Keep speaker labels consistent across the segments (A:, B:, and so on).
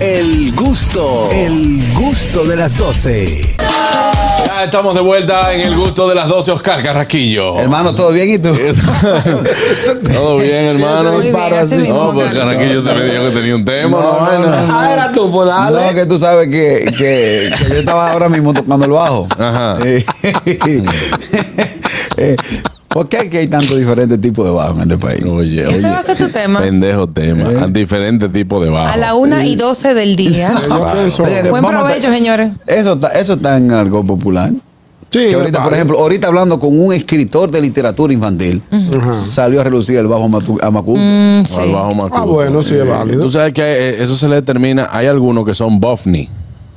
A: El gusto, el gusto de las 12.
B: Ya estamos de vuelta en el gusto de las 12, Oscar Carrasquillo.
C: Hermano, ¿todo bien? ¿Y tú?
B: Todo bien, hermano.
D: Muy bien, así mismo,
B: No, pues
D: Oscar.
B: Carrasquillo te me dijo que tenía un tema, una
C: no,
B: vaina.
C: no, no.
E: Ah, era tú, pues dale.
C: No, que tú sabes que, que- que yo estaba ahora mismo tocando el bajo.
B: Ajá.
C: Eh, eh, ¿Por qué es que hay tantos diferentes tipos de bajo en este país?
B: Oye,
D: Ese
B: oye.
D: va a ser tu tema.
B: Pendejo tema. A diferentes tipos de bajo.
D: A la 1 y 12 del día.
C: Oye,
D: Buen
C: vamos a-
D: provecho, señores.
C: Eso está, eso está en algo popular.
E: Sí,
C: Que ahorita, por
E: vale.
C: ejemplo, ahorita hablando con un escritor de literatura infantil, salió a relucir el bajo matu- a Macuto.
D: Mm,
B: O al
D: sí.
B: bajo macuto.
E: Ah, bueno, sí, es válido.
B: Tú sabes que hay- eh, eso se le determina. Hay algunos que son bofni.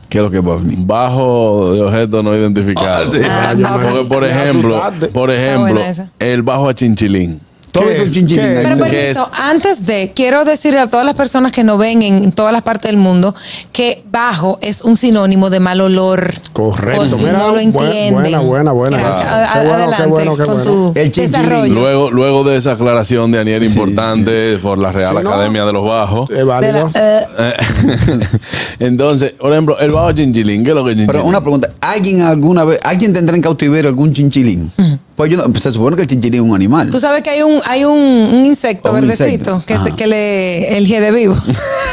C: ¿Qué es lo que es Bofni?
B: Bajo de objeto no identificado.
D: Ah, Bofni.
B: Porque, por
E: Me
B: ejemplo,
E: asustaste.
B: por ejemplo,
D: buena esa.
B: el bajo a chinchilín.
C: ¿Tú has
E: ¿Qué
C: visto el
E: es?
C: chinchilín?
E: ¿Qué
C: ahí?
D: Pero
B: ¿Qué
D: permiso,
B: es?
D: antes de, quiero decirle a todas las personas que no ven en todas las partes del mundo que bajo es un sinónimo de mal olor.
E: Correcto.
D: Por si
E: Mira,
D: no lo
E: buen-
D: entienden.
E: buena, buena, buena.
D: Gracias.
E: Wow.
D: A- a-
E: Qué bueno, qué
D: adelante
E: bueno, qué
D: con
E: bueno.
D: tu
C: El chinchilín.
D: desarrollo.
B: Luego, luego de esa aclaración de Aniel importante por la Real
E: Sí, no.
B: Academia de los Bajos.
E: Es
D: De la-
E: válido.
D: eh,
B: Eh, Entonces, por ejemplo, el bajo chinchilín, ¿qué es lo que es chinchilín?
C: Pero una pregunta, ¿alguien alguna vez, alguien tendrá en cautiverio algún chinchilín? Pues yo no- pues se supone que el chinchilín es un animal.
D: Tú sabes que hay un, hay un, un insecto
C: Un
D: verdecito
C: insecto.
D: que, se-
C: Ajá.
D: que le el G de vivo.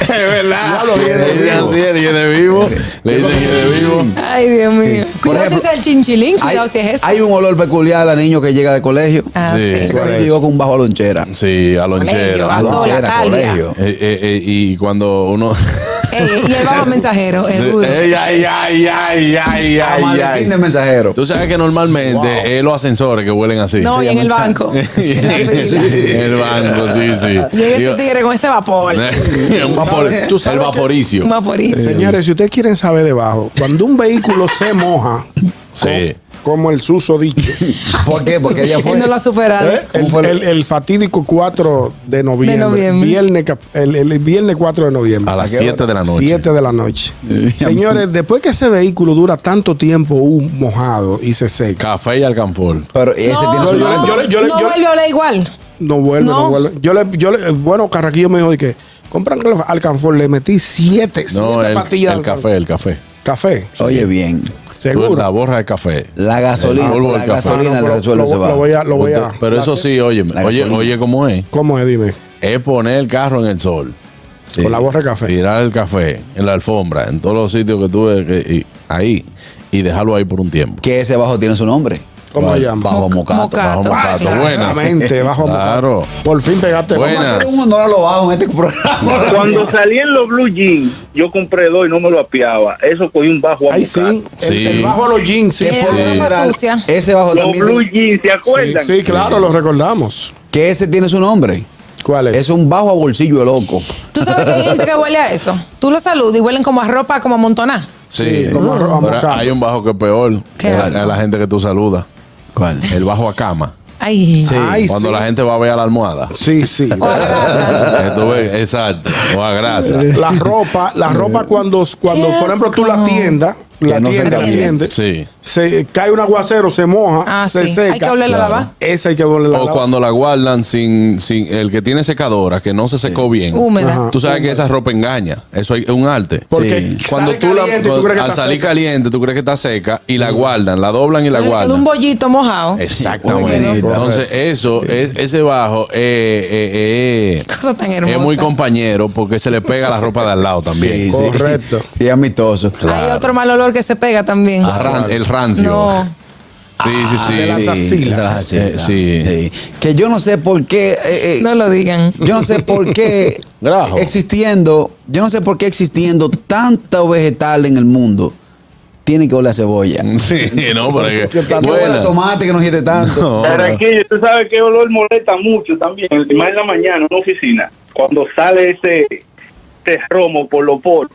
B: es verdad.
E: Ya lo
B: Le
E: viene
D: eh,
B: dicen
E: vivo.
B: así, el hiene vivo. Le dicen hiene vivo.
D: Ay, Dios mío. Cuidado si
C: ejemplo,
D: es el chinchilín, cuidado si es eso.
C: hay un olor peculiar a niño que llega de colegio.
D: Ah,
B: Sí.
D: sí.
C: Ese carajito llegó con un bajo a lonchera.
B: Sí, a lonchera.
D: Colegio, a
B: a
D: sola,
B: lonchera.
D: tal día.
C: colegio.
B: Eh, eh, eh, y cuando uno.
D: Ey, Eh, y el bajo mensajero, es duro.
B: Ey, ay, ay, ay, ay,
C: A
B: ay,
C: maletín de
B: ay.
C: mensajero.
B: Tú sabes que normalmente es los ascensores que huelen así.
D: no, y en el
C: mensaje.
D: banco. en la fila.
B: el banco, sí, sí.
D: Y ese
B: Digo,
D: tigre con ese vapor.
B: un vapor-
E: Tú sabes
B: el
E: que-
B: vaporicio.
D: Vaporizo.
E: Señores, si ustedes quieren saber debajo, cuando un vehículo se moja,
B: Sí.
E: co- como el suso dicho,
C: ¿Por qué? Porque ella fue.
D: Él no lo ha superado.
C: ¿Cómo
E: el,
C: fue?
E: el- el fatídico 4 de
D: De
E: noviembre,
D: noviembre.
E: Viernes, cap- el, el viernes 4 de noviembre,
B: A las
C: ¿A qué
B: 7 de la noche.
E: 7 de la noche. Señores, después que ese vehículo dura tanto tiempo uh, mojado y se seca,
B: Café y alcanfor.
C: Pero ese tiene
D: No,
C: su
D: no,
C: nombre.
E: yo le- yo le-
D: no
E: yo-
D: vuelve a oler igual.
E: no vuelve, no,
D: No.
E: vuelve. Yo le, yo le- bueno, Carraquillo me dijo de que compran alcanfor, le metí 7
B: No, el,
E: pastillas
B: el
E: de alcanfor.
B: café, el café.
E: Café,
C: Oye, bien.
B: Tú La
E: seguro.
B: borra de café.
C: La
B: El
C: gasolina.
B: polvo del
C: La
B: café.
C: gasolina le
E: Ah, lo,
C: resuelve ese
E: lo- lo
C: bajo.
E: voy a, lo voy a.
B: Pero eso sí, oye,
C: La
B: oye,
C: gasolina.
B: oye, ¿cómo es?
E: ¿Cómo es? Dime.
B: Es poner el carro en el sol. Sí.
E: Con la borra de café.
B: Tirar el café en la alfombra, en todos los sitios que tuve que, y- ahí. Y dejarlo ahí por un tiempo.
C: Que ese bajo tiene su nombre.
E: ¿Cómo
B: Vale.
E: se llama?
C: Bajo
D: Moc-
C: mocato.
D: mocato.
B: Bajo
D: Ah,
B: mocato.
D: claro.
B: Buenas.
E: Exactamente, bajo
B: Claro.
E: Por fin pegaste.
B: Buena.
C: Hacer un honor a los bajos en este programa.
F: Cuando salí en los blue jeans, yo compré dos y no me lo apiaba. Eso cogí un bajo a
E: Ahí
F: buscar.
E: sí, el,
B: Sí.
E: el bajo a los jeans. Sí,
C: Que por
D: Sí.
C: lo general,
D: Sucia.
C: Ese bajo
F: Los
C: también.
F: blue
C: tiene-
F: jeans, ¿se
E: sí,
F: acuerdan?
E: sí, claro, lo recordamos.
C: Que ese tiene su nombre.
E: ¿Cuál es?
C: Es un bajo a bolsillo de loco.
D: Tú sabes que hay gente que huele a eso. Tú lo saludas y huelen como a ropa, como a montoná.
B: Sí.
E: Sí, como arroz
B: Ahora,
E: amocado.
B: hay un bajo que es peor.
D: Qué
B: Es
D: asco.
B: a la gente que tú saludas.
C: ¿Cuál?
B: El bajo a cama.
D: Ay.
E: Ay,
B: Cuando
E: sí.
B: la gente va a ver a la almohada.
E: Sí, sí.
D: O a grasa.
B: Eh, tú ves, exacto. O a grasa.
E: La ropa, la ropa cuando, cuando
D: Qué
E: por ejemplo, tú la
D: asco.
E: tiendas, la
C: Que no se
E: tiendas,
D: entiende.
E: tiendes,
B: Sí.
E: se cae un aguacero, se moja,
D: Ah,
E: se
D: sí.
E: seca.
D: Hay que olerla a
B: Claro.
D: lavar.
E: Esa hay que olerla la
B: O cuando la guardan sin, sin el que tiene secadora, que no se secó bien.
D: Húmeda.
E: Ajá.
B: Tú sabes que esa ropa engaña. Eso hay- es un arte.
E: Porque
C: Sí.
B: Cuando
E: sale
B: tú la
E: caliente y tú
B: cuando-
E: crees que
B: al
E: está
B: salir
E: seca. Mm.
B: caliente, tú crees que está seca y la guardan, la doblan y la Eh.
D: Le quedó un
B: guardan.
D: bollito mojado.
B: Exactamente.
C: Correcto.
B: Entonces, eso, es- ese bajo eh, eh, eh,
D: Qué cosa tan hermosa.
B: es muy compañero porque se le pega la ropa de al lado también.
E: Correcto.
C: Sí, amistoso.
D: Hay otro mal olor que se pega también.
B: Ah, ran- el rancio.
D: No.
B: Sí, sí, sí.
E: Ah, de las
C: Sí,
E: axilas.
C: las
B: Eh, sí.
C: sí. Que yo no sé por qué. eh, eh,
D: No lo digan.
C: Yo no sé por qué
B: Grajo.
C: existiendo, yo no sé por qué existiendo tanto vegetal en el mundo, tiene que oler a cebolla.
B: Sí, no, pero es que-
C: Que tanto huele a
B: Mm. buenas.
C: tomate que no siente tanto.
F: Carraquillo, tú sabes que el olor molesta mucho también. Y Más en la mañana en una oficina, cuando sale ese, ese romo por los poros.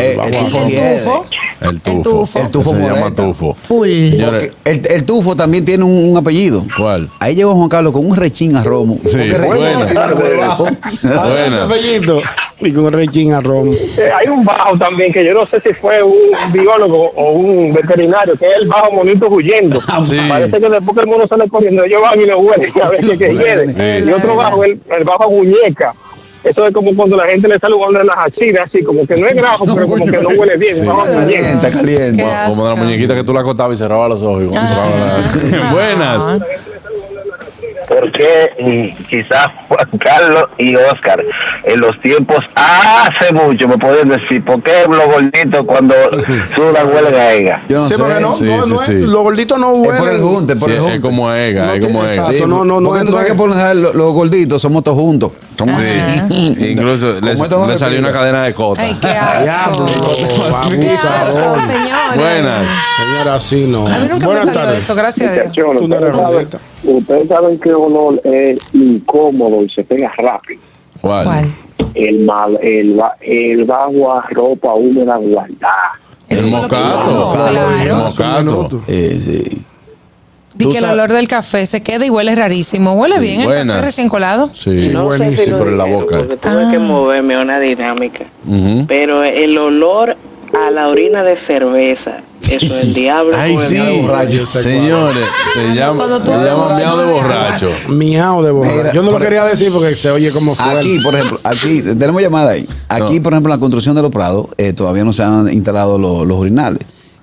C: Eh,
D: El, el
C: Foguere.
D: tufo.
B: El
D: El
B: tufo.
D: tufo.
C: El tufo
B: Se llama
C: molesta.
B: tufo.
D: Full.
B: Señores,
C: El, el tufo también tiene un, un apellido.
B: ¿Cuál?
C: Ahí llegó Juan Carlos con un rechín a Romo.
B: Sí,
C: Porque rechín
B: buena.
C: siempre huele bajo.
B: Buena.
E: Cafellito. Y con rechín a ron.
G: Eh, hay un bajo también que yo no sé si fue un biólogo o un veterinario, que es el bajo monito huyendo.
B: Sí.
G: Parece que después que el mono sale corriendo, ellos van y lo huelen a ver qué- qué
B: Huelen,
G: quiere.
B: sí.
G: Y otro bajo, el, el bajo muñeca. Eso es como cuando la gente le sale un olor a las achiras, así como que no es grajo, pero como que no huele bien.
B: Sí.
G: no, bien.
C: Calienta,
D: Qué
C: calienta.
B: Como de la
D: asco.
B: muñequita que tú la acostabas y cerrabas los ojos. y cuando
D: Ah.
B: cerrabas la- Buenas.
H: porque mm, quizás Juan Carlos y Oscar en los tiempos hace mucho me pueden decir por qué los gorditos cuando sudan huelen a ella
C: Yo no
E: Sí,
C: sé.
E: porque no,
B: sí,
E: no,
B: sí,
E: no es-
B: sí.
E: los gorditos no
C: Es por el
E: huelen.
C: junte, es por
B: Sí,
C: el
B: es
C: junte.
B: como ega,
E: No
B: es como
E: tiene
B: ega.
E: sal. Exacto, no, no, no,
C: Porque tú
E: no
C: sabes
E: es-
C: que por lo general lo- los gorditos somos todos juntos. Somos
B: Sí. Incluso le,
C: Como esto no
B: le salió
C: respira.
B: una cadena de cota.
D: Ay, qué asco. Qué asco,
E: abusador.
D: señores.
B: Buenas.
E: Señora, así no.
D: A mí nunca
E: Buenas
D: me salió
E: tardes.
D: eso, gracias a Dios.
G: Muchachones,
E: Tú no eres
G: ustedes saben-
E: gordita.
G: Ustedes saben que el olor es incómodo y se pega rápido.
B: ¿Cuál?
D: ¿Cuál?
G: El mal, el, ba- el bajo a ropa húmeda guardada.
B: El
D: Eso fue lo que
B: mocato.
D: dijo,
B: El
D: Claro.
B: mocato.
C: Eh, sí.
D: Di
B: Tú
D: que el
B: sabes-
D: olor del café se queda y huele rarísimo. Huele bien el
B: Buenas.
D: café recién colado.
B: Sí,
I: No sé si
B: buenísimo.
I: lo
B: Pero en la
I: dijeron,
B: boca.
I: porque tuve
D: Ah.
I: que moverme a una dinámica.
B: Ujú.
I: Pero el olor a la orina de cerveza, eso el diablo.
B: Ay,
I: con el
B: sí.
I: diablo.
E: borracho.
B: Señores, se llama,
D: Cuando tú
B: se
D: eres
B: llama
D: borracho,
B: miau de
D: no te
B: borracho.
E: Miau de borracho.
C: Mira,
E: Yo no lo
C: por-
E: quería decir porque se oye como fuerte.
C: Aquí, por ejemplo, aquí tenemos llamada ahí. Aquí,
B: No.
C: por ejemplo, en la construcción de los prados eh, todavía no se han instalado los, los urinales.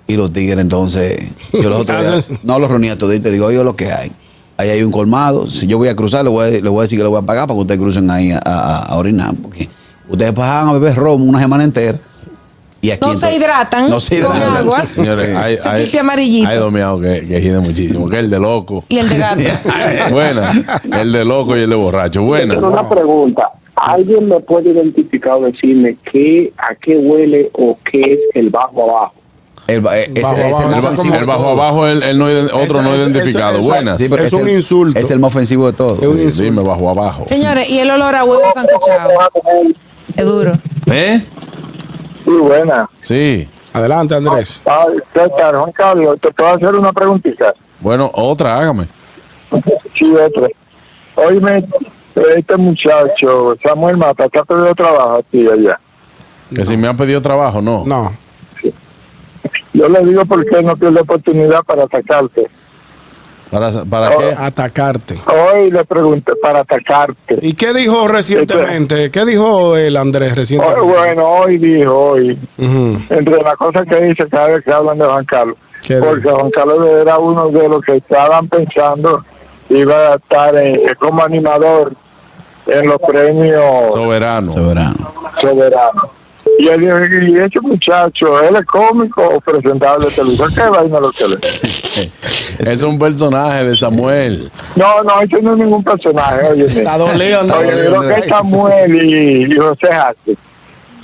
C: Y los tigres, entonces, yo los otros días,
E: Hacen-
C: no los reunía todos y te digo, oye lo que hay. Ahí hay un colmado. Si yo voy a cruzar, le voy a, le voy a decir que le voy a pagar para que ustedes crucen ahí a, a- a orinar. Porque ustedes pasaban a beber romo una semana entera. Y aquí
D: No se
C: entonces-
D: hidratan
C: No se
D: con
C: hidratan.
D: agua.
B: Señores, hay,
D: Se
B: hay,
D: pinte amarillito.
B: hay dos miau que, que giden muchísimo. Que el de loco.
D: Y el de gato.
B: Buena. El de loco y el de borracho. Buena.
G: Pero una pregunta. ¿Alguien me puede identificar o decirme qué, a qué huele o qué es el bajo abajo?
C: El, ba- eh, ese-
E: Bajo
C: ese es
E: abajo,
C: el
B: El,
C: más
B: ba-
C: ofensivo
B: el
C: de
B: bajo
C: todos.
B: abajo, el, el no, iden- otro
E: Eso-
B: no
E: eso-
B: identificado.
E: eso- eso-
B: Buenas.
C: Sí, pero
E: Es
C: es
E: un
C: el-
E: insulto.
C: Es el más ofensivo de todos.
E: Es un
B: Sí,
E: insulto.
B: dime bajo abajo.
D: Señores, y el olor a huevo sancochado. Es duro.
B: ¿Eh?
G: Muy buena. Ah,
B: Sí.
E: Adelante, Andrés.
G: César, Juan Carlos, te puedo hacer una preguntita.
B: Bueno, otra, hágame.
G: Sí, otro. Oíme, este muchacho, Samuel Mata, ¿qué ha pedido trabajo aquí allá?
B: Que si me han pedido trabajo, no.
E: No.
G: Yo le digo porque no tiene oportunidad para atacarte.
B: ¿Para, para qué?
E: Atacarte.
G: Hoy le pregunté para atacarte.
E: ¿Y qué dijo recientemente? ¿Qué dijo el Andrés recientemente?
B: Oh,
G: Hoy, bueno, hoy dijo, hoy,
E: Ujú.
G: entre las cosas que dice cada vez que hablan de Juan Carlos,
E: ¿Qué
G: porque
E: dijo?
G: Juan Carlos era uno de los que estaban pensando iba a estar en- como animador en los premios
B: Soberano.
C: Soberano.
G: soberanos. Y él dijo, y ese muchacho, él es cómico o presentable de televisión, ¿qué vaina lo que le?
B: Es un personaje de Samuel.
G: No, no, ese no es ningún personaje, oye.
E: Está dolido, está
G: Oye,
E: dolido,
G: lo que es
E: Andrés.
G: Samuel y, y José Jaque,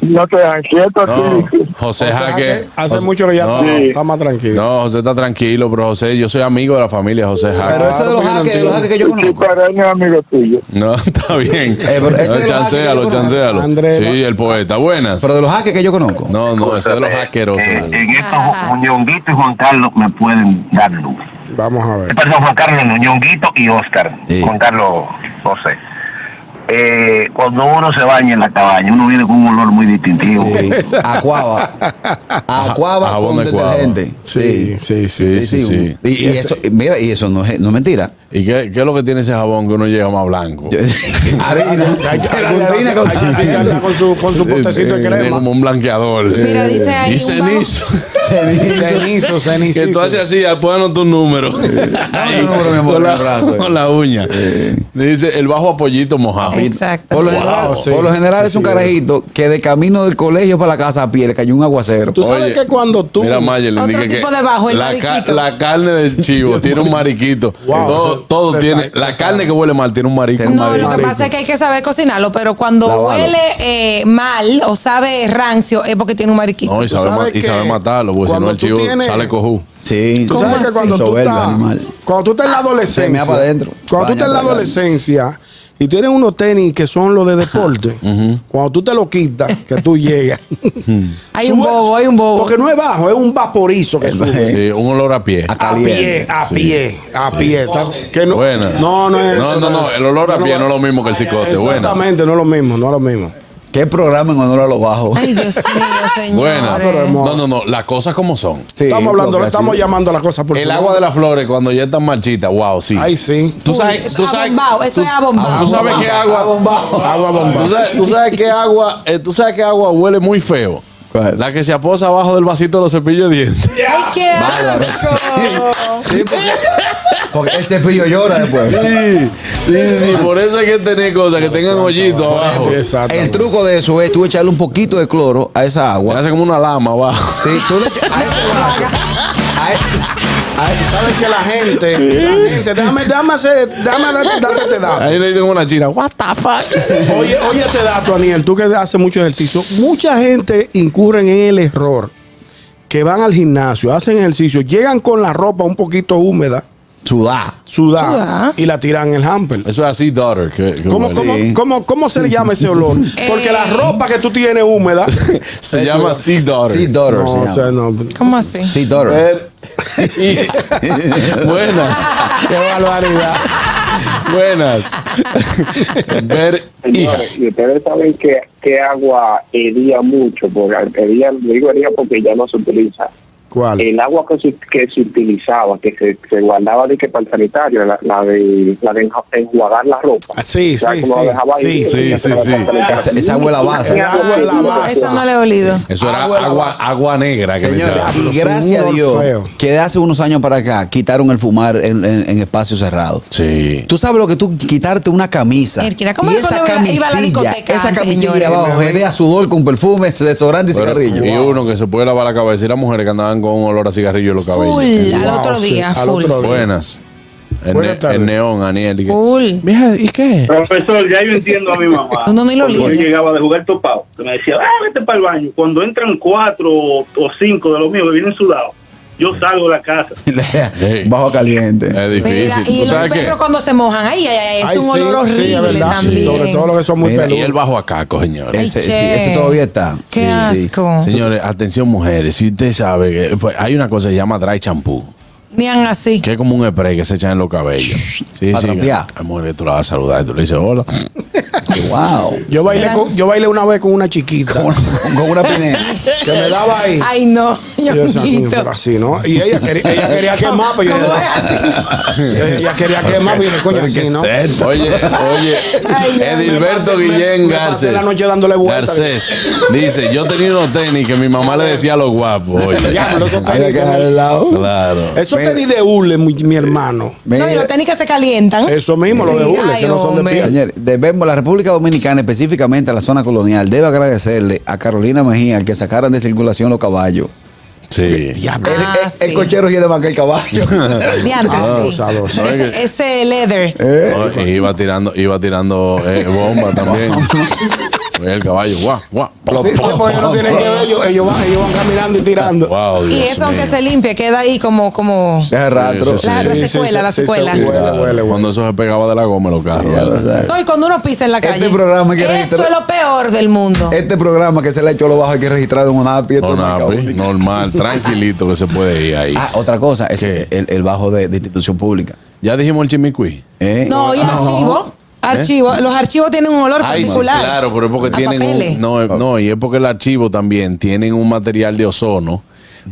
G: no te dejan quieto
B: No,
G: aquí.
B: José
E: O sea,
B: Jaque.
E: que Hace
B: José-
E: mucho que ya
B: no,
E: está, está más tranquilo.
B: No, José está tranquilo, pero José, yo soy amigo de la familia José Jaque.
C: Pero ese de los
E: Claro,
C: hackers, de los hackers que yo
G: Sí,
C: conozco.
G: pero él no es amigo tuyo.
B: No, está bien.
E: Eh,
C: pero ese de los
B: chancealo,
C: hackeros,
B: chancealo.
E: Andrés,
B: Sí, el poeta. Buenas.
C: Pero de los hackers que yo conozco.
B: No, no, ese de los hackerosos.
H: Eh, en esto Ju- Ñonguito y Juan Carlos me pueden dar luz Eh,
E: Vamos a ver.
H: Perdón, Juan Carlos, no, Ñonguito y Oscar.
C: Sí.
H: Juan Carlos, no sé. Eh, cuando uno se baña en la cabaña, uno viene con un olor muy distintivo.
C: Sí. Acuaba. Acuaba
B: jabón
C: con
B: de cuava.
C: detergente.
E: Sí, sí,
B: Sí,
E: sí.
B: sí, sí.
C: Y, y eso, y mira, y eso no es, no es mentira.
B: ¿Y qué, qué es lo que tiene ese jabón que uno llega más blanco?
C: harina.
E: Hay que
C: La harina con-
E: hay que andar con su, con su potecito
B: Eh,
E: de
B: tiene
E: crema.
B: como un blanqueador.
D: Mira, dice ahí
B: Y
D: un
B: cenizo.
E: Cenizo, cenizo.
B: Que tú haces así, ah, después anota un número. Ahí,
C: número, mi amor,
B: con,
C: en el brazo,
B: la,
C: eh.
B: con la uña. Dice el bajo apoyito mojado.
D: Exacto.
C: Por lo general,
E: Wow, sí.
C: por lo general
E: Sí,
C: es un
E: sí,
C: carajito que de camino del colegio para la casa a pie le cayó un aguacero.
E: Tú sabes que cuando tú-
B: Mira, Mayer,
D: Otro
B: indica
D: tipo
B: que
D: de bajo, el
B: la, ca-
D: mariquito.
B: la carne del chivo tiene un mariquito.
E: Wow,
B: todo
E: eso-
B: todo
E: te
B: tiene.
E: sabe, te
B: La
E: sabe.
B: carne que huele mal tiene un marico. un
D: No,
B: marico.
D: lo que pasa es que hay que saber cocinarlo, pero cuando
C: Lavarlo.
D: huele eh, mal o sabe rancio es porque tiene un mariquito.
B: No, y
E: Tú
B: sabe,
E: sabes
B: ma- y sabe
E: que
B: matarlo, porque si no
E: cuando
B: el
E: tú
B: chivo
E: tienes-
B: sale cojú.
C: Sí,
E: Tú sabes que cuando tú,
C: Soberbio
E: estás,
C: animal.
E: cuando tú estás en la adolescencia,
C: Se mea pa' dentro.
E: cuando
C: Baña
E: tú estás en la
C: pa' dentro.
E: adolescencia y tienes unos tenis que son los de deporte, cuando tú te lo quitas, que tú llegas.
D: Hay un bobo, hay un bobo.
E: Porque no es bajo, es un vaporizo que sube.
B: Sí, un olor a pie.
E: A
D: eh.
E: pie, a
B: Sí.
E: pie, a pie. Está- que no,
B: Buena.
E: no, no es
B: No,
E: eso,
B: no, no, el olor a pie no es lo mismo que el
E: Ay,
B: cicote, buena.
E: Exactamente, no es lo mismo, no es lo mismo.
C: ¿Qué programa en honor a los bajos?
D: Ay, Dios mío,
B: Bueno,
D: señores.
B: no, no, no, las cosas como son.
C: Sí,
E: estamos hablando,
C: porque
E: estamos
C: así-
E: llamando a la cosa por
B: el
E: su
B: agua de las flores cuando ya están marchitas, wow, sí.
E: Ay, sí.
B: Tú
D: Uy,
B: sabes, tú sabes,
D: abombao, eso
B: tú-
D: es abombao.
B: Tú sabes que agua,
E: Agua bomba.
B: tú sabes, tú sabes que agua, eh, tú sabes que agua huele muy feo.
C: ¿Cuál?
B: La que se aposa abajo del vasito de los cepillos de dientes.
D: Ay, qué
C: Bárbaro.
D: asco.
C: Sí, porque, porque el cepillo llora después.
B: Sí, sí, sí, por eso hay que tener cosas que tengan hoyitos abajo.
E: Sí, exacto.
C: El truco de eso es tú echarle un poquito de cloro a esa agua.
B: Hace como una lama abajo.
C: Sí, tú le a ese vaso. A ese, a ese-
E: Sabes que la gente, la gente, déjame, déjame hacer, déjame darte, darte este dato.
B: Ahí le dicen como una china, what the fuck.
E: Oye, oye este dato, Aniel, tú que haces mucho ejercicio. Mucha gente incurren en el error que van al gimnasio, hacen ejercicio, llegan con la ropa un poquito húmeda,
C: sudá.
E: sudada,
D: Sudada.
E: y la tiran en el hamper.
B: Eso es así, daughter. Que, que
E: ¿Cómo,
B: huele.
E: cómo, cómo, cómo se le llama ese olor? Porque la
D: Eh.
E: ropa que tú tienes húmeda.
B: Se llama Sea Daughter.
C: Sí, daughter. se
E: No, o
C: llama.
E: sea, no.
D: ¿Cómo así?
C: Sí, daughter.
B: Ver- y- buenas,
E: Qué barbaridad.
B: buenas. Ver hija.
G: Señores, y ustedes saben que, que agua hería mucho, porque hería, digo hería porque ya no se utiliza.
E: ¿Cuál?
G: El agua que se, que se utilizaba, que se, se guardaba de que para el sanitario, la, la de, la de enju- enjuagar la ropa.
E: Ah, sí,
G: O sea,
E: sí,
G: como
E: sí,
G: la dejaba
E: sí,
G: ahí,
E: sí,
B: sí,
G: que se la
B: sí.
G: sanitaria.
C: Esa- esa agua la base.
G: Esa
E: Agua la
G: sí,
E: base.
D: Eso no le he olido.
B: Eso era
E: Agua de la
B: agua,
E: base.
B: agua negra que le
C: Señores,
B: echaban.
C: y
E: pero
C: gracias a
E: son
C: Dios
E: unos feos.
C: que de hace unos años para acá quitaron el fumar en, en- en espacios cerrados.
B: Sí.
C: Tú sabes lo que tú quitarte una camisa.
D: Mira, ¿cómo yo cuando iba- iba a la discoteca
C: esa
D: antes,
C: camisilla
D: señores?
C: abajo, a sudor con perfume, desodorante y
B: Pero-
C: cigarrillo.
B: y uno que se puede lavar la cabeza y las mujeres que andaban con un olor a cigarrillo en los cabellos.
D: Full, al
E: Wow,
D: otro
E: sí,
D: día,
E: al
D: full.
E: otro
D: sí.
E: día.
B: Buenas. El,
E: Buenas
B: ne-
E: tardes.
B: el neón, Aniel. y que-
D: Full.
B: Mija, ¿y qué?
F: Profesor, ya yo entiendo a mi mamá.
D: Uno ni lo
F: Cuando
D: liga.
F: yo llegaba de jugar topado, que me decía, ah, vete para el baño. Cuando entran cuatro o o cinco de los míos que vienen sudados, yo salgo de la casa.
B: Sí.
C: Bajo caliente.
B: Es
D: Mira,
B: difícil.
D: y
B: ¿Tú
D: los
B: sabes qué?
D: perros cuando se mojan, ay, ay, ay, es
E: Ay,
D: un
E: sí,
D: olor
E: sí, es
D: horrible
E: verdad.
D: también.
E: Sobre todo lo que son muy
C: Mira,
B: Y el
E: peludos.
B: bajo acaco, señores.
D: Ay,
C: Ese, sí,
D: che.
C: ese todavía está.
D: Qué
C: Sí, sí.
D: asco.
B: Señores, atención mujeres, si usted sabe que pues, hay una cosa que se llama dry shampoo,
D: Ni han así.
B: que es como un spray que se echa en los cabellos. Sí,
C: pa'
B: sí.
C: trapear.
B: Hay mujeres que tú la vas a saludar y tú le dices hola.
C: Wow.
E: Yo bailé, con- yo bailé una vez con una chiquita
C: Con, con una pinela.
E: que me daba ahí.
D: Ay, no,
E: Y yo decía, "Coño,
D: ñonguito.
E: pero así, ¿no? Y ella quería, ella quería quemar, pero yo
D: ¿Cómo
E: dije,
D: es así?
E: ella quería quemar, pero yo dije, coño,
C: Pero qué
E: así, ¿no?
C: sed.
B: Oye, oye,
D: Ay, ya.
B: Edilberto
E: Me pasé-
B: Guillén
E: me pasé
B: Garcés.
E: la noche dándole vueltas.
B: Garcés dice, yo tenía unos tenis que mi mamá le decía a los guapos. Oye.
E: Llámalo, eso
C: Había que dejar al
E: te
C: lado.
B: Claro.
E: Eso te di de hule, mi, mi hermano.
D: No, y
C: Mira.
D: los tenis que se calientan.
E: Eso mismo, lo de
D: Sí,
E: hule,
D: ay,
E: que no son de
D: hombre.
E: piel.
C: Señores, debemos, la República Dominicana, específicamente a la zona colonial, debe agradecerle a Carolina Mejía el que sacaran de circulación los caballos.
B: Sí.
C: el,
D: Ah,
C: el-
D: sí.
C: el cochero ya de banca el caballo.
D: De antes,
E: Ah,
D: sí.
E: osado, osado.
D: Ese, ese leather.
B: Oh, y iba tirando, iba tirando eh, bomba también. Oye, el caballo, guau, guau.
E: Sí, sí, porque no tienen que ver, ellos, ellos van, ellos van caminando y tirando.
B: Wow,
D: y eso, aunque se limpie, queda ahí como, como
C: Deja rastro.
B: Sí,
D: la, la
B: sí, sí,
D: secuela, la
E: sí,
D: secuela.
E: sí, Huele, huele, huele.
B: Cuando eso se pegaba de la goma los carros.
C: Ya lo
B: ¿verdad?
C: sabes.
D: No, y cuando uno pisa en la
C: Este
D: calle.
C: programa que
D: eso
C: registró-
D: es lo peor del mundo.
C: Este programa que se le ha hecho a los bajos hay que registrado en una app y esto
B: No,
C: es
B: nada,
C: caótico.
B: pues, normal, tranquilito que se puede ir ahí.
C: Ah, otra cosa, es
B: ¿Qué?
C: el, el bajo de, de institución pública.
B: Ya dijimos el chimicuí.
C: ¿eh?
D: No, y archivo. Archivo. Los archivos tienen un olor
B: Ay, sí,
D: particular.
B: claro, pero es porque
D: A
B: tienen
D: papeles.
B: un, no, eh, no, y es porque el archivo también tienen un material de ozono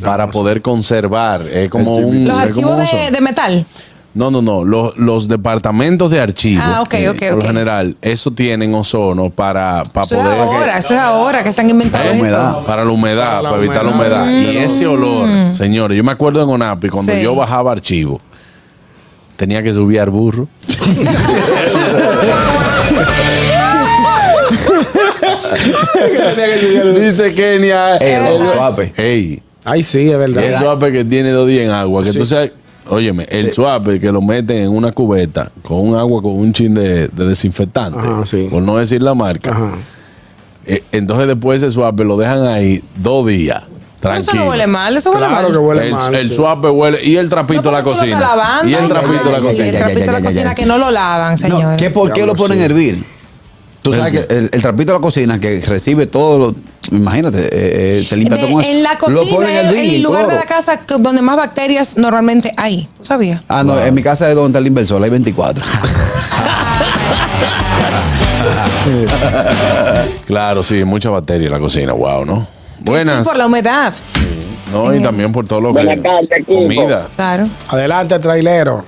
B: para poder conservar. Es como un. es
D: Los
B: como
D: archivos
B: un
D: de,
B: ozono.
D: de metal.
B: No, no, no. Los, los departamentos de archivo.
D: Ah, ok, ok,
B: Por
D: ok.
B: lo general, eso tienen ozono para, para
D: Eso es
B: poder.
D: ahora, eso es ahora que se han inventado
B: Eh,
D: eso.
B: Para la humedad, para,
E: Para la
B: evitar la
E: humedad.
B: humedad. Y ese olor, señores, yo me acuerdo en Onapi, cuando
D: Sí.
B: yo bajaba archivo, tenía que subir al burro. Dice Kenia.
C: El
B: el-
C: suape.
B: Ey,
E: Ay, sí, es verdad.
B: el suape que tiene dos días en agua. Que tú sabes, óyeme, el suape que lo meten en una cubeta con un agua con un chin de, de desinfectante.
E: Ajá, sí.
B: Por no decir la marca.
E: Ajá.
B: Eh, Entonces después ese suape lo dejan ahí dos días.
D: Pero
B: Tranquilo.
D: eso no huele mal, eso huele
E: Claro
D: mal.
E: que huele
B: el,
E: mal.
B: el
E: sí.
B: suape huele y el trapito
D: No,
B: a la
D: porque tú lo
B: cocina.
D: estás lavando,
B: y el
D: ay,
B: trapito
D: ay,
B: a la
D: ay,
C: sí,
B: cocina.
D: El
C: Ya, ya,
D: trapito
C: ya,
D: a la
C: ya,
D: cocina
C: ya.
D: que no lo lavan,
C: No,
D: señores.
C: ¿qué, ¿Por qué
E: Diablo,
C: lo ponen
E: sí.
C: a hervir? Tú sabes que el, el trapito de la cocina que recibe todo lo. Imagínate, eh, eh, se limpia
D: De-
C: todo con eso.
D: en la
C: Lo
D: cocina
C: ponen a
D: es
C: hervir,
D: el lugar de
C: coro.
D: la casa que- donde más bacterias normalmente hay. ¿Tú sabías?
C: Ah, no, en mi casa es donde está el inversor, hay 24.
B: Claro, sí, mucha bacteria en la cocina, wow, ¿no? Buenas.
D: Sí, por la humedad.
B: No, y también por todo lo que.
G: Buenas tardes, Kiko.
B: Comida.
D: Claro.
E: Adelante, trailero.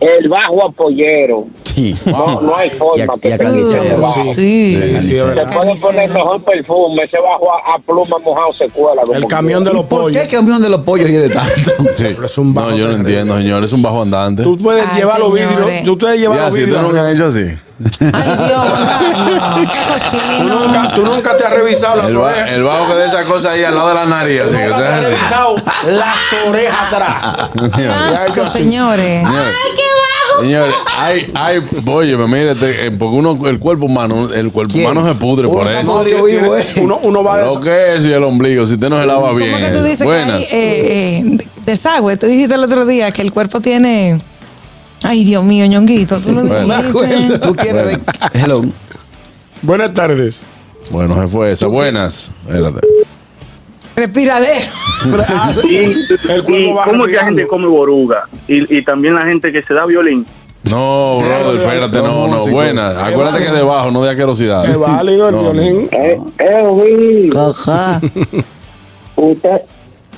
G: El bajo apoyero.
C: Sí.
G: No, no hay
C: Y a-
G: forma
C: y a
G: que
C: Carlitos.
G: se quite el bajo.
D: Sí,
E: Sí, sí, es
G: Se
E: verdad.
G: puede poner mejor perfume, ese bajo a, a pluma mojado se cuela. como
E: El camión de
C: ¿Y
E: los
C: ¿Por qué
E: pollos.
C: el camión de los pollos y de tanto?
B: Sí.
E: Pero es un bajo
B: no, yo no
E: terrible.
B: entiendo, señor. Es un bajo andante.
E: Tú puedes
D: Ay,
E: llevar los
D: señores.
E: vidrios. Tú puedes llevar
B: Ya,
E: los
B: si ustedes
E: vidrios.
B: nunca han hecho así.
D: Ay, Dios, Juan Carlos, qué
E: Tú
D: cochino.
E: nunca, tú nunca te has revisado las
B: El, ba-
E: orejas.
B: el bajo que de esa cosa ahí al lado de la nariz. así que
E: Nunca te has
B: ustedes-
E: revisado las orejas atrás.
D: Qué asco, señores.
B: Señores, Señores, hay, hay, oye, mire, te- eh, porque uno, el cuerpo humano, el cuerpo
C: ¿Quién?
B: humano se pudre
C: Uno
B: por
C: está
B: eso.
C: mal. Odio vivo, eh.
E: Uno, uno va
B: Lo
E: de
B: que es y el ombligo, si usted no se lava bien.
D: ¿Cómo que tú dices
B: Buenas.
D: que hay eh, eh, de- desagüe? Tú dijiste el otro día que el cuerpo tiene. Ay, Dios mío, ñonguito, tú lo
B: Bueno.
D: dijiste.
C: ¿Tú quieres ver? Hello.
E: Buenas tardes.
B: Bueno, se fue esa. Buenas. Espérate.
D: Respiradero.
E: El cuerpo
F: ¿Y
E: va
F: cómo es que la
E: respirando.
F: gente come boruga? Y, y también la gente que se da violín.
B: No, brother, espérate, no, no. Buenas. Acuérdate que debajo, no de asquerosidad.
E: Es válido el
B: No.
E: violín.
G: Eh, eh, Will,
C: Ajá.
G: usted,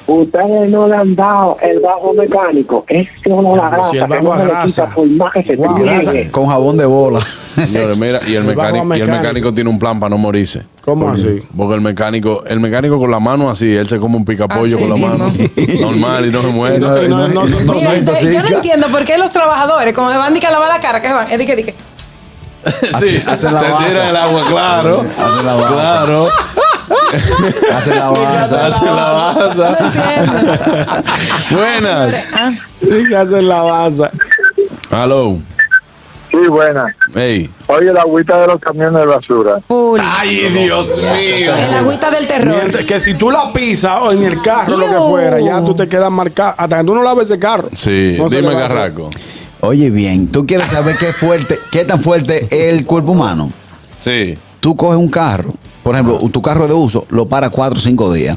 G: ustedes no le han dado el bajo mecánico. Es que uno la grasa,
E: Si el
G: que
E: bajo
G: no se le
E: agrasa.
G: quita por más que se
E: Wow.
G: te
E: Grasa.
G: niegue.
C: Con jabón de bola.
B: Señores, mira, y el,
E: El bajo
B: mecánico, y el
E: mecánico.
B: mecánico tiene un plan para no morirse.
E: ¿Cómo así?
B: Porque el mecánico, el mecánico con la mano así, él se come un picapollo
D: Así
B: con la mano. Normal y no se muere.
E: No, no, no, no, no,
D: Mira,
E: no,
D: entonces, yo no
C: ya.
D: entiendo por qué los trabajadores, como me van a que lavar la cara, que van, edique, edique.
B: sí,
C: hace la
B: se
C: baza.
B: tira el agua, claro.
C: Hace la baza.
B: Claro.
C: Hace la
B: Se
C: baza.
B: hace la
D: No
B: baza.
D: entiendo.
B: Buenas.
D: Ah,
E: Dígase en la baza.
B: Aló.
G: Sí, buena.
B: Ey.
G: Oye, la agüita de los camiones de basura.
D: full.
B: Ay, Dios mío.
D: El agüita del terror.
E: Mientras que si tú la pisas o en el carro, lo que
D: Iu.
E: fuera, ya tú te quedas marcado. Hasta que tú no laves ese carro.
B: Sí,
E: no se
B: dime,
E: le va a hacer.
B: Carraco.
C: Oye, bien, tú quieres saber qué fuerte, qué tan fuerte es el cuerpo humano.
B: Sí.
C: Tú coges un carro, por ejemplo, tu carro de uso, lo para cuatro o cinco días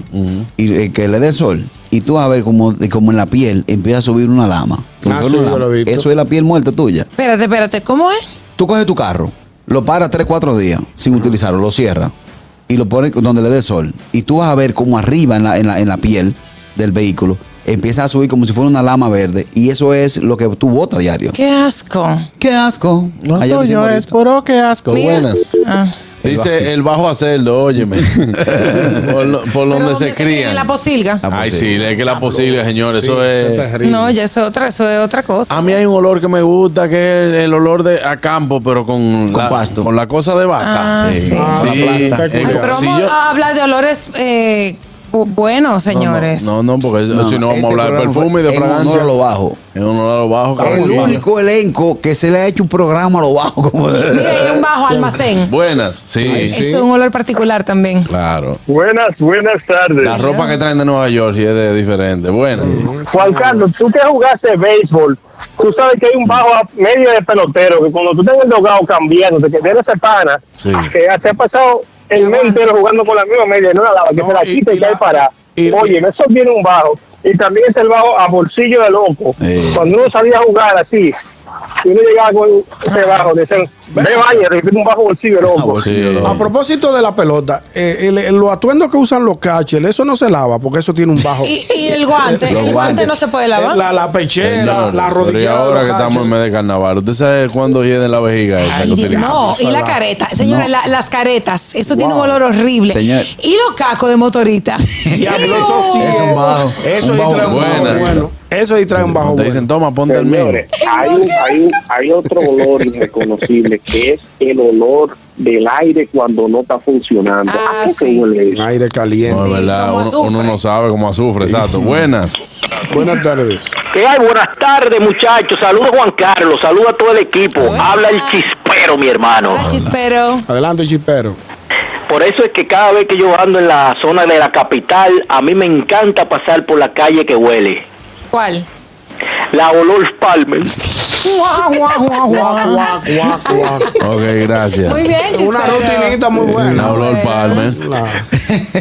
C: y eh, que le dé sol. Y tú vas a ver como, como en la piel empieza a subir una lama.
E: Ah,
C: Solo
E: sí,
C: una
E: yo
C: lama.
E: lo he visto.
C: Eso es la piel muerta tuya.
D: Espérate, espérate, ¿cómo es?
C: Tú coges tu carro, lo paras 3, 4 días sin utilizarlo, lo cierras y lo pones donde le dé sol. Y tú vas a ver como arriba en la, en la, en la piel del vehículo empieza a subir como si fuera una lama verde. Y eso es lo que tú botas diario.
D: Qué asco.
C: ¡Qué asco! Allá lo hicimos ahorita.
B: puro que asco.
D: Mira.
B: Buenas.
D: Ah.
B: Dice el bajo hacerlo, óyeme. por lo- por
D: Pero
B: donde se
D: crían?
B: crían.
D: En la posilga.
C: Ah,
B: Ay,
C: pues
B: sí,
C: sí.
B: es que la posible, señores.
E: Sí,
B: eso
E: eso es
B: es.
E: terrible.
D: Eh, No, ya eso es otra, eso es otra cosa.
B: A mí hay un olor que me gusta, que es el olor de a campo, pero con,
C: Con
B: la,
C: pasto.
B: con la cosa de vaca.
D: Ah, sí.
E: Ah, la plasta.
B: es
E: Ay,
D: Ay,
B: como-
D: pero
B: si
D: vamos
B: yo-
D: a hablar de olores eh, bu- buenos, señores.
B: No, no, porque si no vamos
C: este
B: a hablar de
C: programa fue
B: perfume y de
C: en honor
B: fragancia.
C: a lo bajo.
B: En honor a lo bajo. claro.
C: El único elenco que se le ha hecho un programa a lo bajo. Como
D: Mira, hay un bajo almacén.
B: Buenas, sí.
D: Eso es un olor particular también.
B: Claro.
G: Buenas, buenas tardes.
B: La ropa que traen de Nueva York y es de- diferente. Buenas.
G: Juan Carlos, tú que jugaste béisbol, tú sabes que hay un bajo a- medio de pelotero, que cuando tú tengas el dogado cambiándote, que tienes ese pana, ah,
B: Sí.
G: que ya te ha pasado el mes entero jugando con la misma media, no la lava, que
E: No,
G: te la
E: y-
G: quita y,
E: y
G: cae
E: la-
G: para.
E: y-
G: Oye,
E: y-
G: eso viene un bajo. Y también es el bajo a bolsillo de loco.
C: Eh.
G: Cuando uno sabía jugar así, y uno llegaba con ese
E: Ah,
G: bajo, decían, ve vaya, repite un bajo bolsillo de loco.
B: Sí.
E: A propósito de la pelota, eh, el, el- los atuendos que usan los catchers, eso no se lava porque eso tiene un bajo.
D: Y, y el guante,
C: Los
D: el guante
C: guantes.
D: no se puede
E: Eh,
D: lavar.
E: la, la pechera,
B: Señores,
E: la rodilla.
B: Pero y ahora que estamos en mes de carnaval, ¿usted sabe cuándo hieden la vejiga esa
D: Ay,
B: que
D: Dios,
B: utilizan?
D: no, y la careta. Señores, la- las caretas. Eso tiene un olor horrible.
C: Señor.
D: Y los cacos de motorita.
E: Diablo,
D: Ew.
E: eso sí.
C: Es un bajo.
E: Eso
C: Un
E: ahí
C: bajo
E: trae un bajo
B: bueno.
E: bueno. Eso ahí trae un bajo
B: Te
E: bueno.
B: dicen, toma, ponte el mío.
F: Señores, hay, un- hay, un- hay otro olor irreconocible que es el olor del aire cuando no está funcionando.
D: Ah,
F: ¿A qué se
D: sí.
F: huele eso?
E: Aire
B: No,
E: caliente.
B: es verdad,
D: como
B: uno, uno
D: azufre.
B: no sabe cómo azufre, exacto. Buenas.
E: Buenas tardes.
H: ¿Qué hay? Buenas tardes, muchachos. Saludos, Juan Carlos. Saludos a todo el equipo.
D: Hola.
H: Habla el chispero, mi hermano.
D: Hola, chispero.
E: Adelante, chipero.
H: Por eso es que cada vez que yo ando en la zona de la capital, a mí me encanta pasar por la calle que huele.
D: ¿Cuál?
H: La olor Palmer.
E: Guau, guau, guau, guau, guau, guau, guau.
B: Ok, gracias.
D: Muy bien,
E: Una
D: Gisela.
E: rutinita muy
B: Un
E: buena.
B: olor palmer.
E: Claro.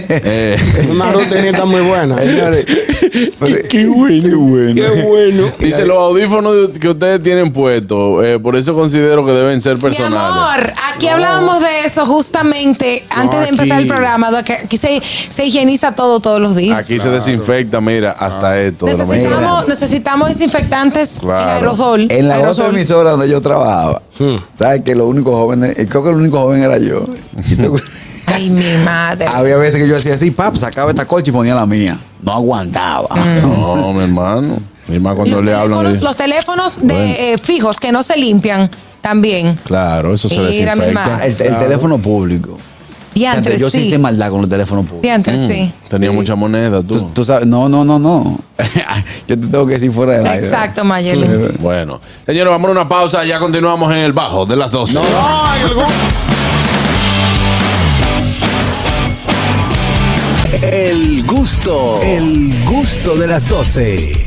B: Eh,
E: Una rutinita muy buena.
C: Señores, pero-
B: bueno.
E: Qué bueno.
B: Dice, los audífonos de- que ustedes tienen puestos, eh, por eso considero que deben ser
D: Mi
B: personales.
D: amor, aquí hablábamos de eso justamente antes de empezar el
E: aquí.
D: programa. de que Aquí se, se higieniza todo todos los días.
B: Aquí se desinfecta, mira, hasta esto. de la mañana.
D: necesitamos, necesitamos desinfectantes
B: Claro.
D: en aerosol.
C: en la
D: aerosol.
C: otra emisora donde yo trabajaba,
B: Hmm.
C: ¿sabes que los únicos jóvenes, eh, creo que el único joven era yo? Y tú-
D: Ay, mi madre.
B: Ah,
C: Había veces que yo hacía así, pap, sacaba esta colcha y ponía la mía. No aguantaba.
D: Ah.
B: No, mi hermano. Y más cuando
D: los,
B: le hablan.
D: teléfonos,
B: le-
D: los teléfonos de,
B: Bueno.
D: eh, fijos que no se limpian también.
B: Claro, eso se
D: Mira, mi
B: desinfecta.
D: hermano.
C: El, el teléfono público.
D: Diantre,
C: yo sí
D: sí.
C: hice maldad con los teléfonos públicos.
D: Diantre,
B: Mm.
D: sí.
B: Tenía mucha moneda, tú.
C: Tú, tú sabes, no, no, no, no. yo te tengo que decir fuera del aire.
D: Exacto, Mayeli.
B: Bueno, señores, vamos a una pausa. Ya continuamos en el bajo de las 12.
E: Ay, el gu-
A: El gusto, el gusto de las 12.